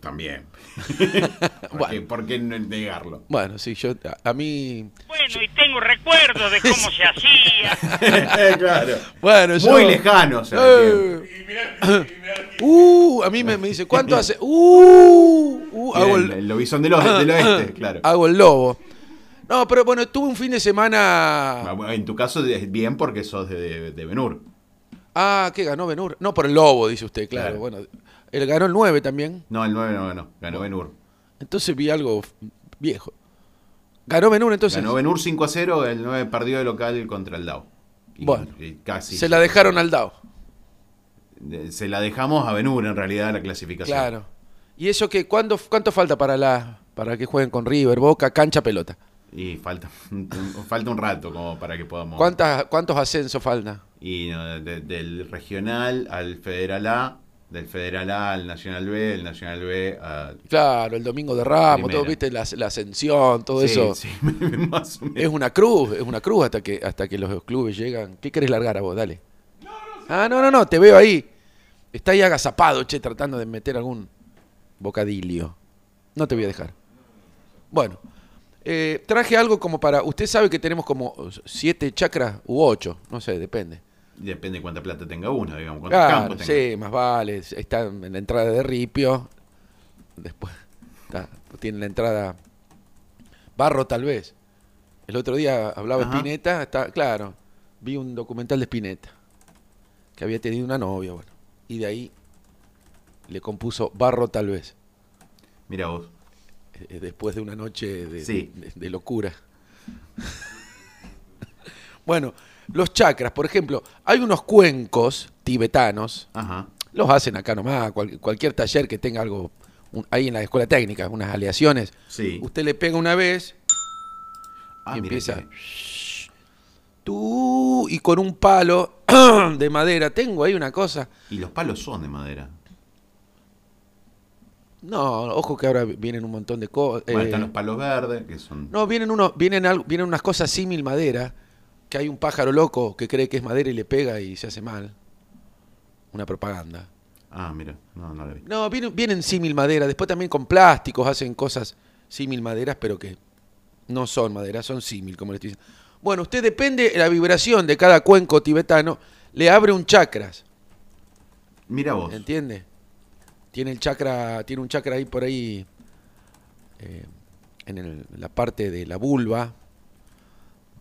S2: <laughs>
S3: también. <laughs> ¿Por,
S2: Bueno.
S3: qué, por qué no negarlo?
S2: <laughs>
S3: <laughs>
S2: Bueno, sí, yo a, a mí.
S4: Bueno, y tengo recuerdos de cómo se hacía.
S3: claro.
S2: Bueno, yo-
S3: Muy <laughs> lejano, o sea,
S2: Eh. <coughs> Uh, a mí me, me dice,
S3: <laughs>
S2: ¿cuánto hace? Uh, uh,
S3: Era
S2: hago
S3: el,
S2: el, Ah,
S3: el lobizón del, o-
S2: <laughs>
S3: del oeste, este, claro.
S2: hago el lobo. No, pero bueno, tuve un fin de semana.
S3: Ah, bueno, En tu caso es bien porque sos de, de, de Benur.
S2: Ah, que ganó Benur. No, por el lobo, dice usted, claro.
S3: Claro.
S2: Bueno, él ganó el 9 también.
S3: No, el 9 no ganó. Ganó Benur.
S2: Entonces vi algo f- viejo. Ganó Benur, entonces.
S3: Ganó Benur 5 a 0, el 9 perdió de local contra el DAO. Y-
S2: Bueno,
S3: y casi.
S2: Se la dejaron al Dao.
S3: Eh, Se la dejamos a Benur en realidad la clasificación.
S2: Claro. ¿Y eso que ¿Cuándo, ¿Cuánto falta para, la, para que jueguen con River, Boca, cancha, pelota?
S3: Y falta, <laughs> un- falta un rato como para que podamos.
S2: ¿Cuántas, ¿Cuántos ascensos faltan?
S3: Y no, de- del regional al Federal A, del Federal A al Nacional B, del Nacional B a.
S2: Claro, el domingo de Ramos,
S3: Primera.
S2: todo, viste, la, la ascensión, todo
S3: Sí,
S2: eso.
S3: sí, <laughs> más o menos.
S2: Es una cruz, es una cruz hasta que, hasta que los clubes llegan. ¿Qué querés largar a vos? Dale. ah, no, no, no, te veo ahí. Está ahí agazapado, che, tratando de meter algún bocadillo. No te voy a dejar. Bueno, eh, traje algo como para. Usted sabe que tenemos como siete chakras u ocho, no sé, depende.
S3: Depende de cuánta plata tenga uno, digamos, cuántos
S2: Claro,
S3: campos tenga.
S2: sí, más vale. Está en la entrada de Ripio. Después está- tiene la entrada Barro, tal vez. El otro día hablaba
S3: Ajá.
S2: Spinetta. Está, claro, vi un documental de Spinetta. Que había tenido una novia, bueno. Y de ahí le compuso Barro, tal vez.
S3: Mira vos.
S2: eh, Después de una noche de,
S3: Sí.
S2: de- de locura. <laughs> bueno, los chakras, por ejemplo, hay unos cuencos tibetanos
S3: Ajá.
S2: los hacen acá nomás, cual- cualquier taller que tenga algo un- ahí en la escuela técnica, unas aleaciones.
S3: Sí.
S2: Usted le pega una vez
S3: Ah,
S2: y
S3: mira
S2: empieza.
S3: que-
S2: Tú y con un palo <clears throat> de madera. Tengo ahí una cosa.
S3: Y los palos son de madera.
S2: No, ojo que ahora vienen un montón de cosas.
S3: Bueno, están los palos verdes, que son.
S2: Eh, no, vienen unos, vienen algo- vienen unas cosas símil madera, que hay un pájaro loco que cree que es madera y le pega y se hace mal. Una propaganda.
S3: Ah, mira, no, no la vi.
S2: No, vienen, vienen símil madera. Después también con plásticos hacen cosas símil maderas, pero que no son maderas, son símil, como le estoy diciendo. Bueno, usted depende de la vibración de cada cuenco tibetano, le abre un chakras,
S3: Mira vos.
S2: ¿entiende? Tiene el chakra, tiene un chakra ahí por ahí eh, en el- la parte de la vulva.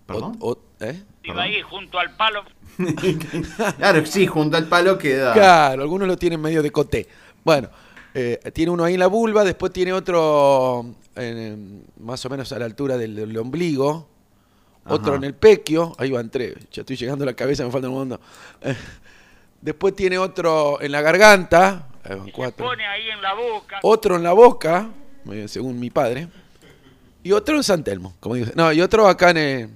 S3: ¿Perdón?
S2: O- o- ¿eh?
S4: Iba ahí junto al palo.
S3: <laughs> Claro, sí, junto al palo queda.
S2: Claro, algunos lo tienen medio de coté. Bueno, eh, tiene uno ahí en la vulva, después tiene otro en- más o menos a la altura del, del ombligo, otro
S3: Ajá.
S2: en el pequio, ahí van tres, ya estoy llegando a la cabeza, me falta un mundo. Eh, Después tiene otro en la garganta. ahí van
S4: Y se
S2: cuatro.
S4: pone ahí en la boca.
S2: Otro en la boca, eh, según mi padre. Y otro en San Telmo, como dice. No, y otro acá en, el-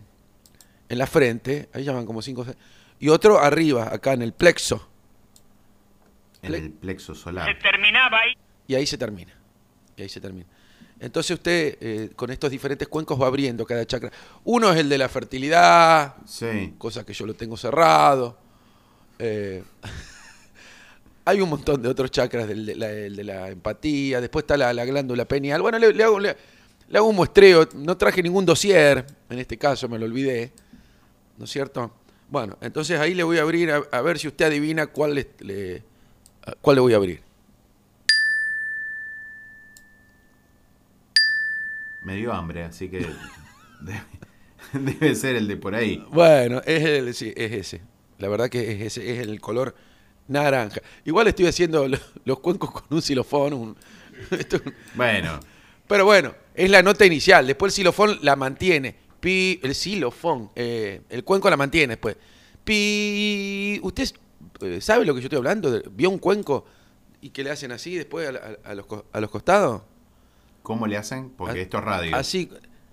S2: en la frente. Ahí llaman como cinco. o seis. Y otro arriba, acá en el plexo.
S3: En el plexo
S4: Se
S3: solar.
S4: terminaba ahí.
S2: Y ahí se termina. Y ahí se termina. Entonces usted eh, con estos diferentes cuencos va abriendo cada chakra. Uno es el de la fertilidad,
S3: Sí.
S2: cosa que yo lo tengo cerrado. Eh, <laughs> hay un montón de otros chakras, del- de la- el de la empatía, después está la, la glándula penial. Bueno, le, le hago, le- le hago un muestreo, no traje ningún dossier, en este caso me lo olvidé, ¿no es cierto? Bueno, entonces ahí le voy a abrir a, a ver si usted adivina cuál, le, le- a- cuál le voy a abrir.
S3: Me dio hambre, así que <laughs> debe, debe ser el de por ahí.
S2: Bueno, es, el, sí, es ese. La verdad que es ese, es el color naranja. Igual estoy haciendo lo- los cuencos con un xilofón, un- <laughs> esto es un-
S3: Bueno,
S2: Pero bueno, es la nota inicial. Después el xilofón la mantiene. Pi, el xilofón, eh, el cuenco la mantiene después. Pi, ¿usted eh, sabe lo que yo estoy hablando? De- ¿Vio un cuenco y que le hacen así después a, la- a- a los, co- a los costados?
S3: ¿cómo le hacen? Porque
S2: A-
S3: esto es radio.
S2: Ah, Así,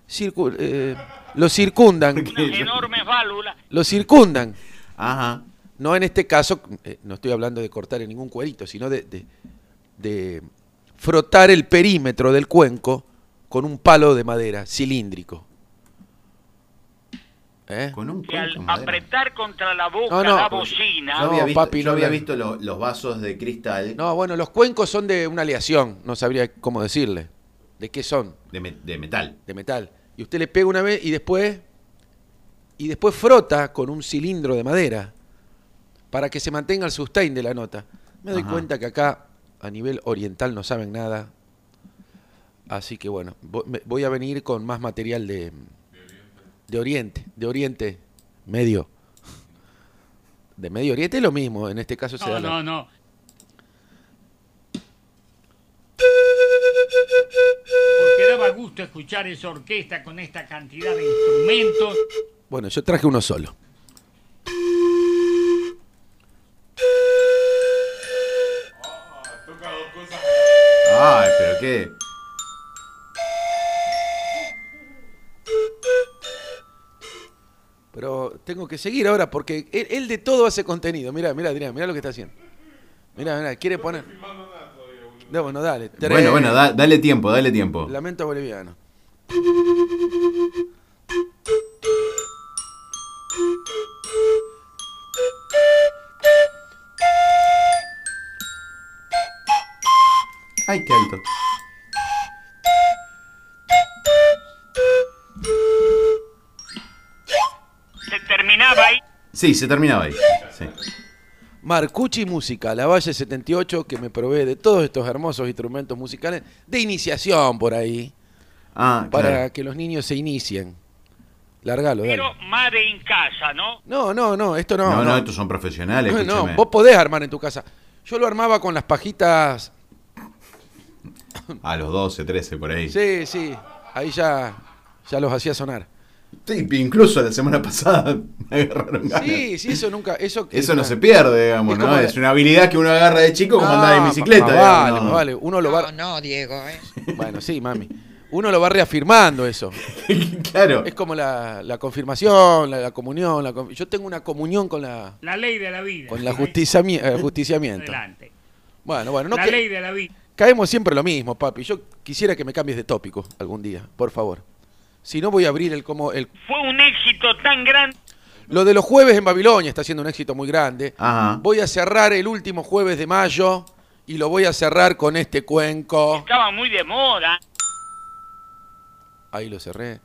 S2: circu- eh, lo
S3: <laughs>
S2: circundan,
S3: Porque-
S4: Unas enormes válvulas.
S2: lo circundan.
S3: Ajá.
S2: No en este caso, eh, no estoy hablando de cortar en ningún cuerito, sino de, de- de frotar el perímetro del cuenco con un palo de madera cilíndrico. ¿Eh?
S3: Con un
S4: Que al
S3: cuenco, madera.
S4: apretar contra la boca
S2: No, no,
S4: la
S2: pues,
S4: bocina,
S3: Yo había
S2: No,
S3: visto,
S2: papi,
S3: yo
S2: no
S3: había
S2: la-
S3: visto lo- los vasos de cristal
S2: No, bueno, los cuencos son de una aleación, no sabría cómo decirle. ¿De qué son?
S3: de, me- de metal.
S2: De metal. Y usted le pega una vez y después y después frota con un cilindro de madera para que se mantenga el sustain de la nota. Me doy
S3: Ajá.
S2: cuenta que acá a nivel oriental no saben nada. Así que bueno, vo- me- voy a venir con más material de de Oriente, de Oriente Medio. De Medio Oriente es lo mismo, en este caso se
S8: No,
S2: da la-
S8: no, no. Porque daba gusto escuchar esa orquesta con esta cantidad de instrumentos.
S2: Bueno, yo traje uno solo.
S3: Ay, pero qué.
S2: Pero tengo que seguir ahora porque él, él de todo hace contenido. Mira, mira, Adrián, mira lo que está haciendo. Mira, mira, quiere poner. No, bueno, dale. Tres.
S3: Bueno, bueno, da- dale tiempo, dale tiempo.
S2: Lamento boliviano.
S3: Ay, qué alto.
S4: se terminaba ahí.
S3: Sí, se terminaba ahí. Sí.
S2: Marcucci Música, la Valle 78, que me provee de todos estos hermosos instrumentos musicales de iniciación por ahí,
S3: Ah,
S2: para
S3: claro.
S2: que los niños se inicien. Largalo, dale.
S4: Pero madre en casa, ¿no?
S2: No, no, no, esto no.
S3: No, no,
S2: no.
S3: estos son
S2: <laughs>
S3: profesionales.
S2: No, no,
S3: escúchame.
S2: vos podés armar en tu casa. Yo lo armaba con las pajitas
S3: A los 12, 13, por ahí.
S2: Sí, sí. Ahí ya, ya los hacía sonar.
S3: Sí, incluso la semana pasada <laughs> me agarraron ganas.
S2: Sí, sí, eso nunca. Eso,
S3: Ah, Eso no se pierde, digamos,
S2: Es
S3: ¿no?
S2: como la-
S3: Es una habilidad que uno agarra de chico como
S2: No,
S3: andar en bicicleta.
S2: más
S3: digamos,
S2: vale,
S3: ¿no?
S2: más vale. Uno lo
S6: No,
S2: va.
S6: no, Diego, ¿eh?
S2: Bueno, sí, mami. Uno lo va reafirmando eso.
S3: <laughs> claro.
S2: Es como la, la confirmación, la, la comunión. la con- Yo tengo una comunión con la
S8: La ley de la vida.
S2: con la justiciami- el justiciamiento.
S8: Adelante.
S2: Bueno, bueno, no
S8: la
S2: que-
S8: ley de la vida.
S2: caemos siempre en lo mismo, papi. Yo quisiera que me cambies de tópico algún día, por favor. Si no voy a abrir el como el
S4: Fue un éxito tan grande.
S2: lo de los jueves en Babilonia está siendo un éxito muy grande.
S3: Ajá.
S2: Voy a cerrar el último jueves de mayo y lo voy a cerrar con este cuenco.
S4: Estaba muy de moda.
S2: Ahí lo cerré.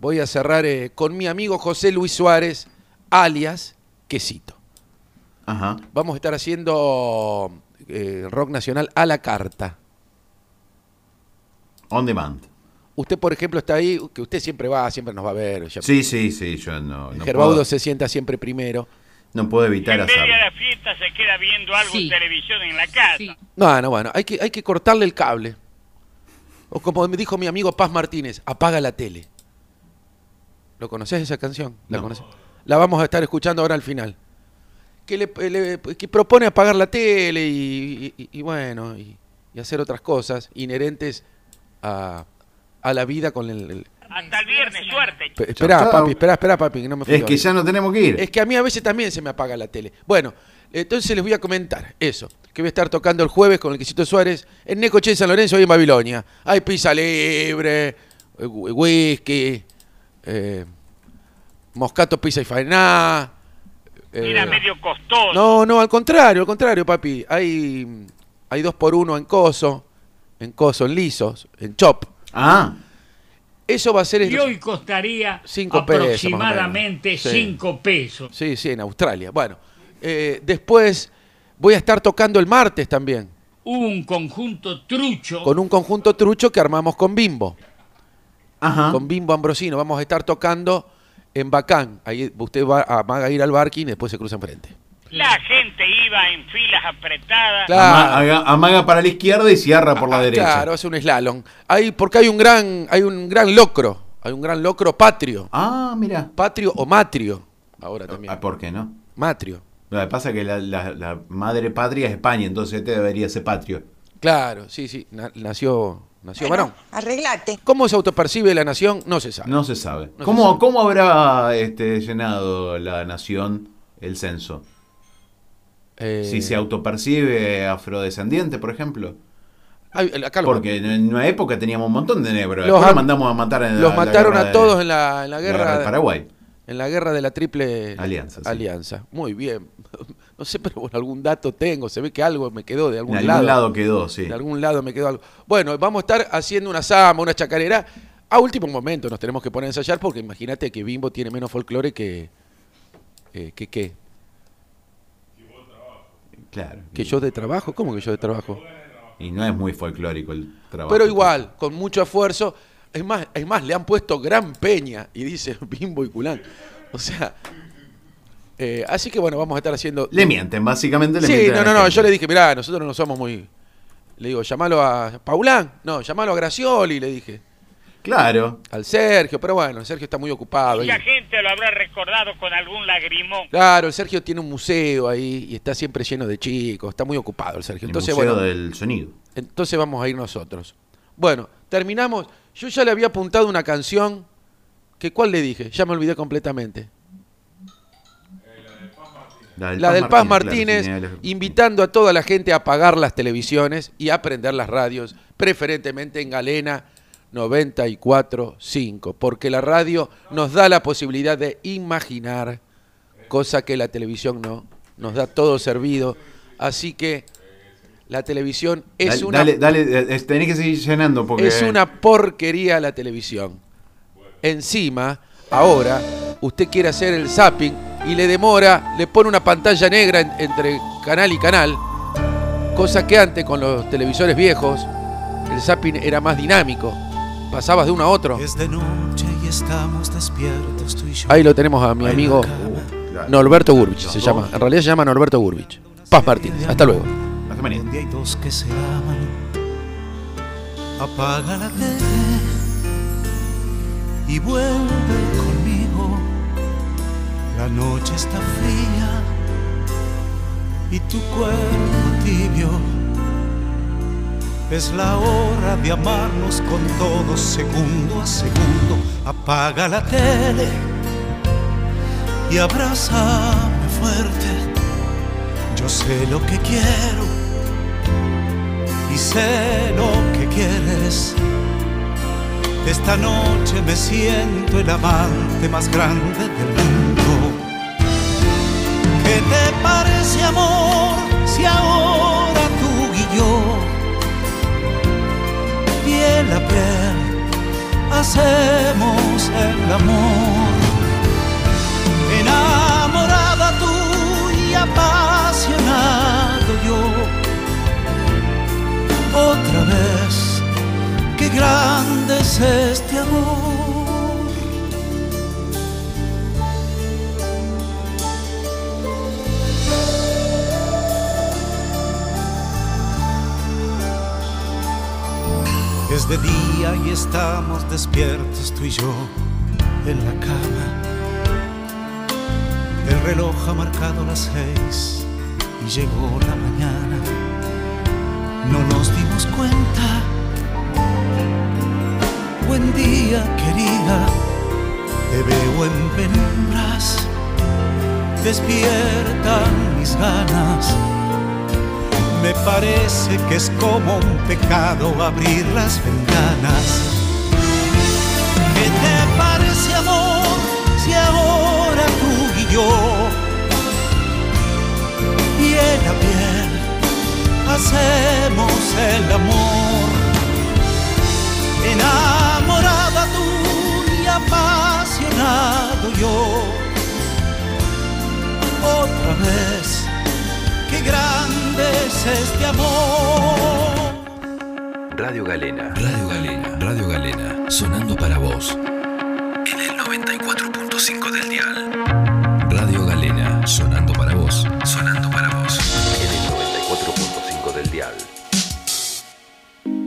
S2: Voy a cerrar eh, con mi amigo José Luis Suárez, alias Quesito.
S3: Ajá.
S2: Vamos a estar haciendo eh, rock nacional a la carta.
S3: On demand.
S2: Usted, por ejemplo, está ahí, que usted siempre va, siempre nos va a ver. Ya-
S3: Sí, sí, sí, yo no, no,
S2: Gerbaudo
S3: puedo,
S2: se sienta siempre primero.
S3: no puedo evitar
S4: en media de
S3: hacerlo.
S4: la fiesta se queda viendo algo
S6: Sí.
S4: en televisión en la casa.
S6: Sí.
S2: No, no, bueno, hay que, hay que cortarle el cable. O como me dijo mi amigo Paz Martínez, apaga la tele. ¿Lo conoces esa canción? ¿La
S3: No.
S2: conoces? La vamos a estar escuchando ahora al final. que, le, le- que propone apagar la tele y, y- y bueno, y, y hacer otras cosas inherentes a, a la vida con el... el-
S4: Hasta el viernes, suerte.
S2: Pe- Esperá,
S3: chao.
S2: papi, esperá, esperá, papi, que no me fui
S3: Es que
S2: todavía.
S3: ya no tenemos que ir.
S2: Es que a mí a veces también se me apaga la tele. Bueno, entonces les voy a comentar eso. Que voy a estar tocando el jueves con el Quesito Suárez en Necoche de San Lorenzo, ahí en Babilonia. Hay pizza libre, eh, whi- whisky, eh, moscato, pizza y faená. eh,
S4: Era medio costoso.
S2: no, no, al contrario, al contrario, papi. Hay, hay dos por uno en coso, en coso, en lisos, en chop.
S3: Ah,
S2: Eso va a ser...
S8: Y hoy costaría
S2: Cinco pesos, más o menos.
S8: aproximadamente
S2: Sí.
S8: 5 pesos.
S2: Sí, sí, en Australia. Bueno, eh, después voy a estar tocando el martes también,
S8: Un conjunto trucho.
S2: con un conjunto trucho que armamos con Bimbo,
S3: ajá.
S2: con Bimbo Ambrosino. Vamos a estar tocando en Bacán. Ahí usted va a, va a ir al barking y después se cruza enfrente.
S4: La gente iba en filas apretadas.
S2: Claro.
S3: Ama- haga- Amaga para la izquierda y cierra por la
S2: Ah,
S3: derecha.
S2: Claro, hace un slalom. Ahí, porque hay un gran, hay un gran locro, hay un gran locro patrio.
S3: Ah, mira.
S2: Patrio o matrio, ahora también.
S3: Ah, ¿Por qué no?
S2: Matrio.
S3: Lo que pasa es que la, la- la madre patria es España, entonces este debería ser patrio.
S2: Claro, sí, sí. na- nació, nació varón.
S5: Arreglate.
S2: ¿Cómo se autopercibe la nación? No se sabe.
S3: No se sabe.
S2: No se
S3: ¿Cómo,
S2: sabe.
S3: ¿Cómo habrá este, llenado la nación el censo?
S2: Eh,
S3: Si se autopercibe afrodescendiente, por ejemplo.
S2: Ay, el- acá lo-
S3: Porque en una época teníamos un montón de negros.
S2: Los
S3: Los
S2: am-
S3: mandamos a matar en la-
S2: los
S3: la
S2: mataron
S3: guerra
S2: a
S3: de-
S2: todos en la, en la
S3: la
S2: guerra
S3: del Paraguay.
S2: en la guerra de la triple
S3: Alianza, sí.
S2: alianza. Muy bien. <laughs> No sé, pero bueno, algún dato tengo. Se ve que algo me quedó de
S3: En
S2: algún,
S3: algún
S2: lado.
S3: lado, quedó, sí.
S2: De algún lado me quedó algo. Bueno, vamos a estar haciendo una samba, una chacarera. A último momento nos tenemos que poner a ensayar porque imagínate que Bimbo tiene menos folclore que eh, que qué.
S3: Claro.
S2: Que yo de trabajo. ¿Cómo que yo de trabajo?
S3: Y no es muy folclórico el trabajo.
S2: Pero igual, con mucho esfuerzo. Es más, es más, le han puesto gran peña y dice <laughs> Bimbo y Culán. O sea, eh, así que bueno, vamos a estar haciendo.
S3: Le mienten, básicamente le
S2: Sí,
S3: mienten. a
S2: no,
S3: la
S2: no, no.
S3: gente.
S2: Yo le dije, mirá, nosotros no somos muy. Le digo, llamalo a Paulán. No, llamalo a Gracioli, le dije.
S3: Claro.
S2: Al Sergio, pero bueno, el Sergio está muy ocupado. ahí.
S4: Mucha gente lo habrá recordado con algún lagrimón.
S2: Claro, el Sergio tiene un museo ahí y está siempre lleno de chicos. Está muy ocupado el Sergio. Entonces,
S3: el museo
S2: bueno.
S3: del sonido.
S2: Entonces vamos a ir nosotros. Bueno, terminamos. Yo ya le había apuntado una canción. Que, ¿Cuál le dije? Ya me olvidé completamente. la del Paz Martínez,
S3: claro, sí,
S2: invitando a toda la gente a apagar las televisiones y a prender las radios, preferentemente en Galena 94.5, porque la radio nos da la posibilidad de imaginar, cosa que la televisión no, nos da todo servido. Así que la televisión es
S3: dale,
S2: una
S3: Dale, dale, eh, tenés que seguir llenando porque...
S2: es una porquería la televisión. Encima, ahora, usted quiere hacer el zapping y le demora, le pone una pantalla negra en- entre canal y canal, cosa que antes con los televisores viejos, el zapping era más dinámico, pasabas de uno a otro.
S9: Es de noche y estamos despiertos tú y yo.
S2: Ahí lo tenemos a mi amigo
S3: Claro.
S2: Norberto Gurbich, se llama, en realidad se llama Norberto Gurbich. Paz Martínez, hasta luego.
S3: Hasta mañana.
S9: Donde hay dos que se aman. Apaga la tele y vuelve conmigo. La noche está fría y tu cuerpo tibio. Es la hora de amarnos con todo, segundo a segundo. Apaga la tele y abrázame fuerte. Yo sé lo que quiero y sé lo que quieres. Esta noche me siento el amante más grande del mundo. ¿Qué te parece amor si ahora tú y yo, piel a piel, hacemos el amor? enamorada tú y apasionado yo. Otra vez, qué grande es este amor. Es de día y estamos despiertos tú y yo en la cama. El reloj ha marcado las seis y llegó la mañana. No nos dimos cuenta. Buen día, querida. Te veo en penumbras. Despiertan mis ganas. Me parece que es como un pecado abrir las ventanas. ¿Qué te parece amor si ahora tú y yo y en la piel hacemos el amor? Enamorada tú y apasionado yo. Otra vez, qué grande es este amor.
S10: Radio Galena. Radio Galena. Radio Galena. Sonando para vos. En el 94.5 del dial. Radio Galena. Sonando para vos. Sonando para vos. En el 94.5 del dial.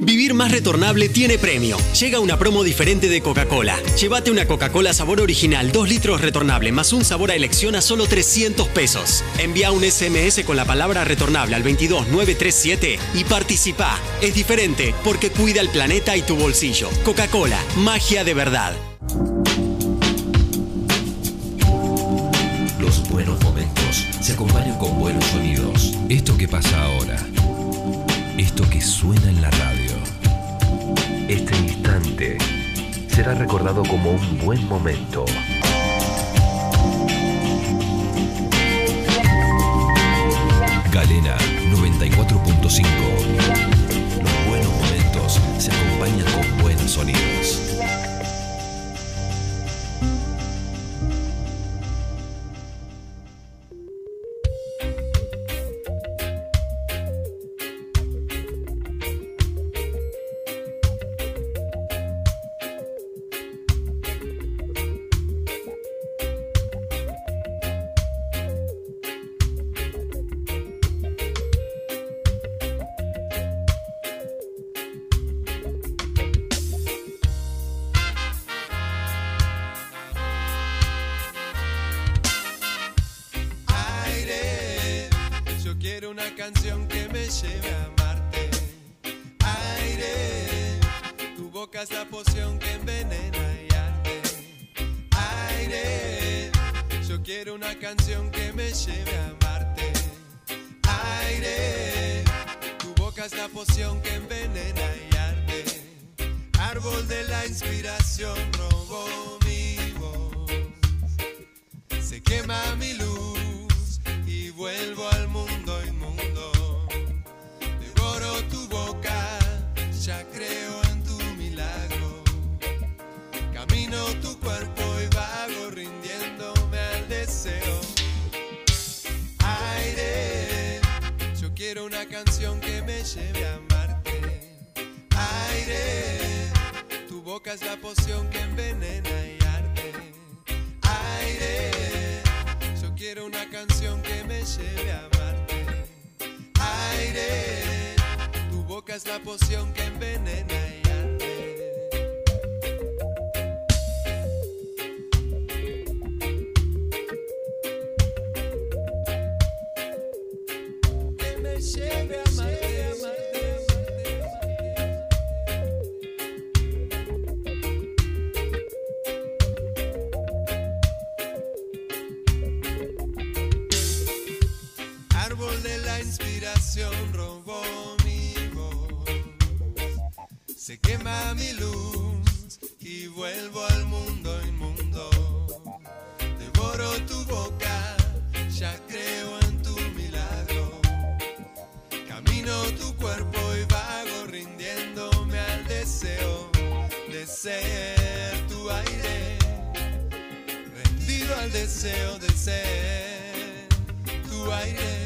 S11: Vivir más retornable tiene premio. Llega una promo diferente de Coca-Cola. Llévate una Coca-Cola sabor original, 2 litros retornable más un sabor a elección a solo 300 pesos. Envía un SMS con la palabra retornable al 22937 y participa. Es diferente porque cuida el planeta y tu bolsillo. Coca-Cola, magia de verdad.
S10: Los buenos momentos se acompañan con buenos sonidos. Esto que pasa ahora. Esto que suena en la radio. Este instante será recordado como un buen momento. Galena 94.5. Los buenos momentos se acompañan con buenos sonidos.
S12: Aire, yo quiero una canción que me lleve a Marte. Aire, tu boca es la poción que envenena y arte. Aire, yo quiero una canción que me lleve a Marte. Aire, tu boca es la poción que envenena y arte. Árbol de la inspiración robó mi voz. Se quema mi luz y vuelvo al mundo inmundo. Devoro tu boca, ya creo en tu milagro. Camino tu cuerpo y vago rindiéndome al deseo. Aire, yo quiero una canción que me lleve a amarte. Aire, tu boca es la poción que envenena y arte. Aire. Yo quiero una canción que me lleve a amarte. Aire, tu boca es la poción que envenena y arde. Que me lleve a amarte, amarte, amarte, amarte. Árbol de la inspiración robó mi voz. Se quema mi luz y vuelvo al mundo inmundo. Devoro tu boca, ya creo en tu milagro. Camino tu cuerpo y vago rindiéndome al deseo de ser tu aire. Rendido al deseo de ser tu aire